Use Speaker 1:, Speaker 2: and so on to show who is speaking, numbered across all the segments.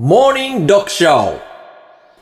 Speaker 1: モーニング読書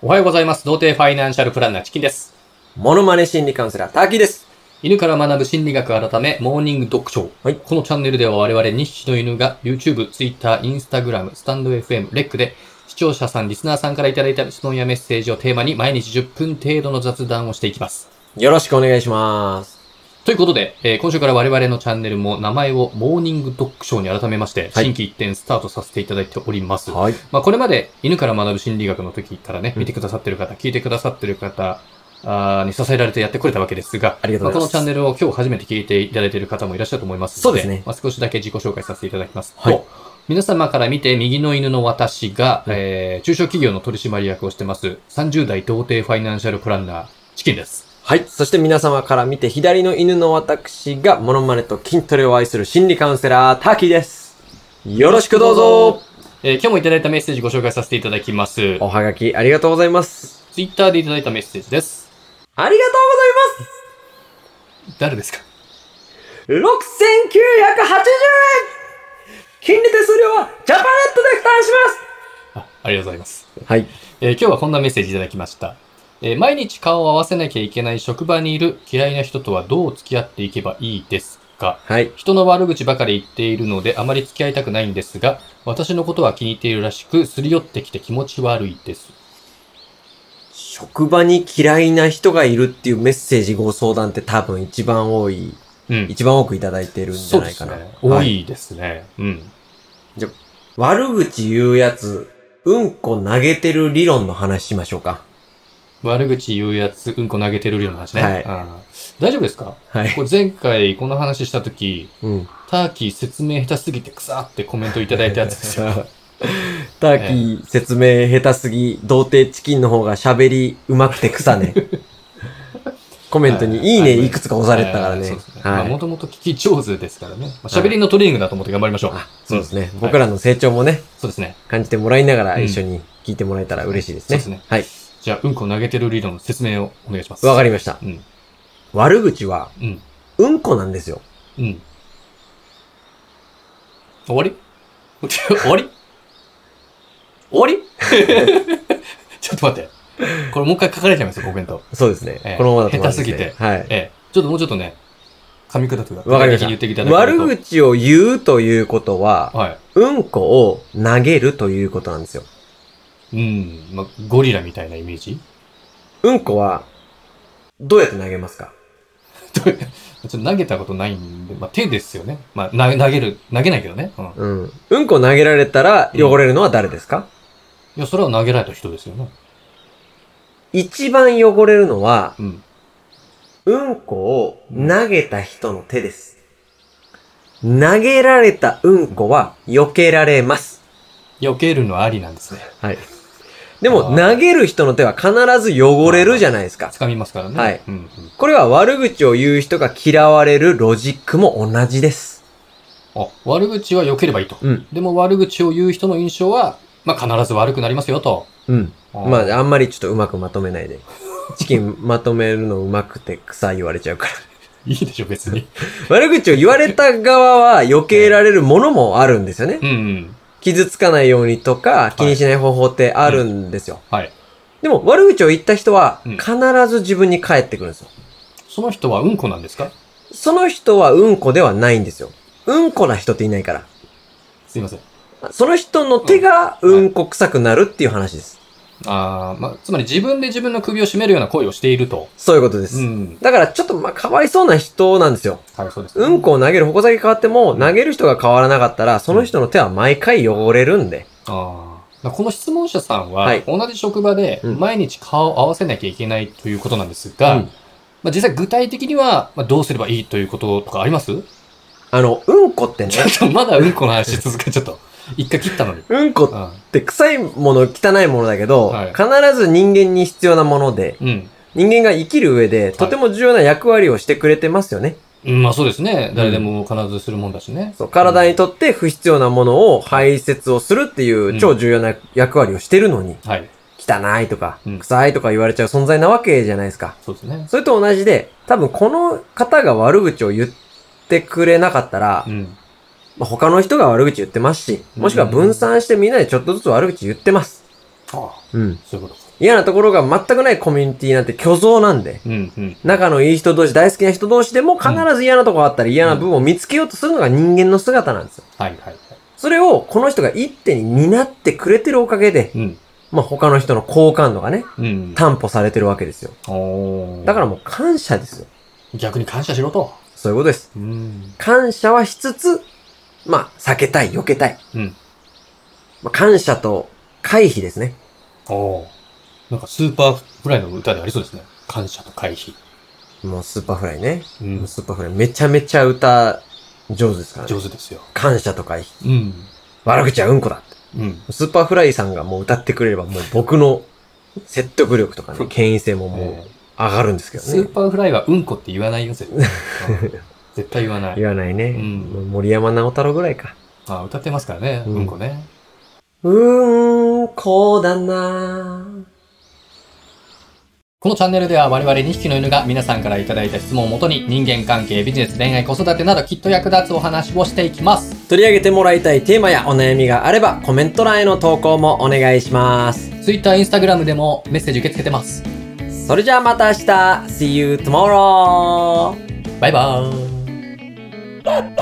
Speaker 2: おはようございます。童貞ファイナンシャルプランナーチキンです。
Speaker 1: モノマネ心理カウンセラー、滝です。
Speaker 2: 犬から学ぶ心理学改め、モーニング読書。
Speaker 1: はい
Speaker 2: このチャンネルでは我々日誌の犬が YouTube、Twitter、Instagram、スタンド FM、レックで視聴者さん、リスナーさんからいただいた質問やメッセージをテーマに毎日10分程度の雑談をしていきます。
Speaker 1: よろしくお願いします。
Speaker 2: ということで、えー今週から我々のチャンネルも名前をモーニング読書に改めまして、
Speaker 1: はい
Speaker 2: 新規一点スタートさせていただいております。
Speaker 1: はい。
Speaker 2: まあ、これまで犬から学ぶ心理学の時からね、
Speaker 1: うん
Speaker 2: 見てくださってる方、聞いてくださってる方あーに支えられてやってこれたわけですが、
Speaker 1: ありがとうございます
Speaker 2: あこのチャンネルを今日初めて聞いていただいている方もいらっしゃると思いますので、
Speaker 1: そうですね
Speaker 2: まあ、少しだけ自己紹介させていただきますと、
Speaker 1: はい
Speaker 2: 皆様から見て右の犬の私が、
Speaker 1: うん
Speaker 2: えー中小企業の取締役をしてます、30代童貞ファイナンシャルプランナー、チキンです。
Speaker 1: はい。そして皆様から見て左の犬の私がモノマネと筋トレを愛する心理カウンセラー、滝です。よろしくどうぞ。
Speaker 2: えー今日もいただいたメッセージご紹介させていただきます。
Speaker 1: おはがきありがとうございます。
Speaker 2: ツイッターでいただいたメッセージです。
Speaker 1: ありがと
Speaker 2: 誰ですか
Speaker 1: うございます。6980円金利手数料はジャパネットで負担し
Speaker 2: あありがとうございます。
Speaker 1: ますはい。
Speaker 2: えー今日はこんなメッセージいただきました。えー毎日顔を合わせなきゃいけない職場にいる嫌いな人とはどう付き合っていけばいいですか
Speaker 1: はい。
Speaker 2: 人の悪口ばかり言っているのであまり付き合いたくないんですが、私のことは気に入っているらしく、すり寄ってきて気持ち悪いです。
Speaker 1: 職場に嫌いな人がいるっていうメッセージご相談って多分一番多い、
Speaker 2: うん。
Speaker 1: 一番多くいただいてるんじ
Speaker 2: そ
Speaker 1: ゃ
Speaker 2: う
Speaker 1: な
Speaker 2: で
Speaker 1: いか
Speaker 2: す
Speaker 1: な。
Speaker 2: ね。多いですね。うん。
Speaker 1: 悪口言うやつ、うんこ投げてる理論の話しましょうか。
Speaker 2: 悪口言うやつ、うんこ投げてるような話ね。
Speaker 1: はい
Speaker 2: あー大丈夫ですか
Speaker 1: はい。
Speaker 2: これ前回この話したとき、
Speaker 1: うん。
Speaker 2: ターキー説明下手すぎて草ってコメントいただいたやつですよ。
Speaker 1: ターキー説明下手すぎ、童貞チキンの方が喋り上手くて草 ね。コメントにいい
Speaker 2: は
Speaker 1: ね
Speaker 2: はい
Speaker 1: くつか押されてたからね。はい。
Speaker 2: もともと聞き上手ですからね。まあ喋りのトレーニングだと思って頑張りましょう。
Speaker 1: あ、そうですね
Speaker 2: う。ん
Speaker 1: 僕らの成長もね、
Speaker 2: そうですね。
Speaker 1: 感じてもらいながら
Speaker 2: うん
Speaker 1: 一緒に聞いてもらえたら嬉しいです
Speaker 2: そうです
Speaker 1: ね
Speaker 2: ね。
Speaker 1: はい。
Speaker 2: じゃあ、うんこ投げてる理論の説明をお願いします。
Speaker 1: わかりました。
Speaker 2: うん。
Speaker 1: 悪口は、
Speaker 2: うん。
Speaker 1: うんこなんですよ。
Speaker 2: うん。終わり 終わり終わり ちょっと待って。これもう一回書かれちゃいますよ、コメント。
Speaker 1: そうですね
Speaker 2: え。え
Speaker 1: このままだとまずい
Speaker 2: 下手
Speaker 1: ですね。はい。
Speaker 2: ええ。ちょっともうちょっとね、噛み砕く
Speaker 1: わかりました
Speaker 2: 具体的に言っていただける
Speaker 1: 悪
Speaker 2: と。
Speaker 1: 口を言うということは、
Speaker 2: は
Speaker 1: うんこを投げるということなんですよ。
Speaker 2: い。うん。まあ、ゴリラみたいなイメージ
Speaker 1: うんこは、どうやって投げますか
Speaker 2: ちょっと投げたことないんで、まあ、手ですよね。まあ、な投げる、投げないけどね。うん。い
Speaker 1: うん。うんこを投げられたら汚れるのは誰ですか、
Speaker 2: や、それは投げられた人ですよね。
Speaker 1: 一番汚れるのは、
Speaker 2: うん。
Speaker 1: うんこを投げた人の手です。投げられたうんこは避けられます。
Speaker 2: 避けるのはありなんですね。
Speaker 1: はい。でも、
Speaker 2: あー
Speaker 1: 投げる人の手は必ず汚れるじゃないですか。
Speaker 2: 掴みますからね。
Speaker 1: はい
Speaker 2: うん、うん。
Speaker 1: これは悪口を言う人が嫌われるロジックも同じです。
Speaker 2: あ、悪口は避ければいいと。
Speaker 1: うん。
Speaker 2: でも悪口を言う人の印象は、まあ、必ず悪くなりますよと。
Speaker 1: うん。ま
Speaker 2: ま
Speaker 1: あ、あんまりちょっとうまくまとめないで。チキンまとめるのうまくて臭い言われちゃうから。
Speaker 2: いいでしょ、別に。
Speaker 1: 悪口を言われた側は避けられるものもあるんですよね
Speaker 2: う。ん、うん。
Speaker 1: 傷つかないようにとか気にしない方法ってあるんですよ。
Speaker 2: はい。
Speaker 1: でも悪口を言った人は
Speaker 2: うん
Speaker 1: 必ず自分に返ってくるんですよ。
Speaker 2: その人はうんこなんですか
Speaker 1: その人はうんこではないんですよ。うんこな人っていないから。
Speaker 2: すいません。
Speaker 1: その人の手がうんこ臭くなるっていう話です。
Speaker 2: あーまあ、つまり自分で自分の首を絞めるような行為をしていると。
Speaker 1: そういうことです。
Speaker 2: うん。
Speaker 1: だからちょっとまあかわいそうな人なんですよ。
Speaker 2: はい、そうです、
Speaker 1: うんこを投げる矛先変わっても、投げる人が変わらなかったら、その人の手は毎回汚れるんで。
Speaker 2: ああ。だからこの質問者さんは、
Speaker 1: はい
Speaker 2: 同じ職場で
Speaker 1: うん
Speaker 2: 毎日顔を合わせなきゃいけないということなんですが、
Speaker 1: うん
Speaker 2: まあ、実際具体的には、まあ、どうすればいいということとかあります
Speaker 1: あの、うんこってね、
Speaker 2: ちょっとまだうんこの話続けち ゃった。一回切ったのに。
Speaker 1: うんこ
Speaker 2: あ
Speaker 1: って臭いもの、汚いものだけど、
Speaker 2: はい
Speaker 1: 必ず人間に必要なもので、
Speaker 2: ー
Speaker 1: 人間が生きる上で、とても重要な役割をしてくれてますよね。
Speaker 2: うん。まあそうですね。誰でも必ずするもんだしね。
Speaker 1: そう体にとって不必要なものを排泄をするっていう超重要な役割をしてるのに、
Speaker 2: はい。
Speaker 1: 汚いとか
Speaker 2: う、ん
Speaker 1: 臭いとか言われちゃう存在なわけじゃないですか。
Speaker 2: そうですね。
Speaker 1: それと同じで、多分この方が悪口を言ってくれなかったら
Speaker 2: う、ん。
Speaker 1: まあ、他の人が悪口言ってますし、もしくは分散してみんなでちょっとずつ悪口言ってます。
Speaker 2: あ
Speaker 1: うん。
Speaker 2: そういうことか。
Speaker 1: 嫌なところが全くないコミュニティなんて虚像なんで、
Speaker 2: うん、うん。
Speaker 1: 仲のいい人同士、大好きな人同士でも必ず嫌なとこあったり嫌な部分を見つけようとするのが人間の姿なんですよ。
Speaker 2: はい、はい、はい。
Speaker 1: それをこの人が一手に担ってくれてるおかげで、
Speaker 2: うん、
Speaker 1: まあ、他の人の好感度がね、
Speaker 2: うん。
Speaker 1: 担保されてるわけですよ。
Speaker 2: おー
Speaker 1: だからもう感謝ですよ。
Speaker 2: 逆に感謝しろと。
Speaker 1: そういうことです。
Speaker 2: うん。
Speaker 1: 感謝はしつつ、まあ、避けたい、避けたい。
Speaker 2: うん。
Speaker 1: まあ、感謝と回避ですね。
Speaker 2: おーなんかスーパーフライの歌でありそうですね。感謝と回避。
Speaker 1: もうスーパーフライね。
Speaker 2: うん。
Speaker 1: スーパーフライめちゃめちゃ歌上手ですからね。
Speaker 2: 上手ですよ。
Speaker 1: 感謝と回避。
Speaker 2: うん。
Speaker 1: 悪口はうんこだって。
Speaker 2: うん。
Speaker 1: スーパーフライさんがもう歌ってくれればもう僕の説得力とかね、権威性もも
Speaker 2: え
Speaker 1: う上がるんですけ
Speaker 2: ー
Speaker 1: ど
Speaker 2: スー
Speaker 1: ね。
Speaker 2: パーフライはうんこって言わないよ、絶対。うん 絶対言わない。
Speaker 1: 言わないね。
Speaker 2: うん
Speaker 1: もう森山直太郎ぐらいか。
Speaker 2: あ歌ってますからね、
Speaker 1: うん
Speaker 2: うんこね。
Speaker 1: うーん、こうだな
Speaker 2: このチャンネルでは我々2匹の犬が皆さんからいただいた質問をもとに人間関係、ビジネス、恋愛、子育てなどきっと役立つお話をしていきます。
Speaker 1: 取り上げてもらいたいテーマやお悩みがあればコメント欄への投稿もお願いします。
Speaker 2: Twitter、Instagram でもメッセージ受け付けてます。
Speaker 1: それじゃあまた明日 !See you tomorrow!
Speaker 2: バイバーイ。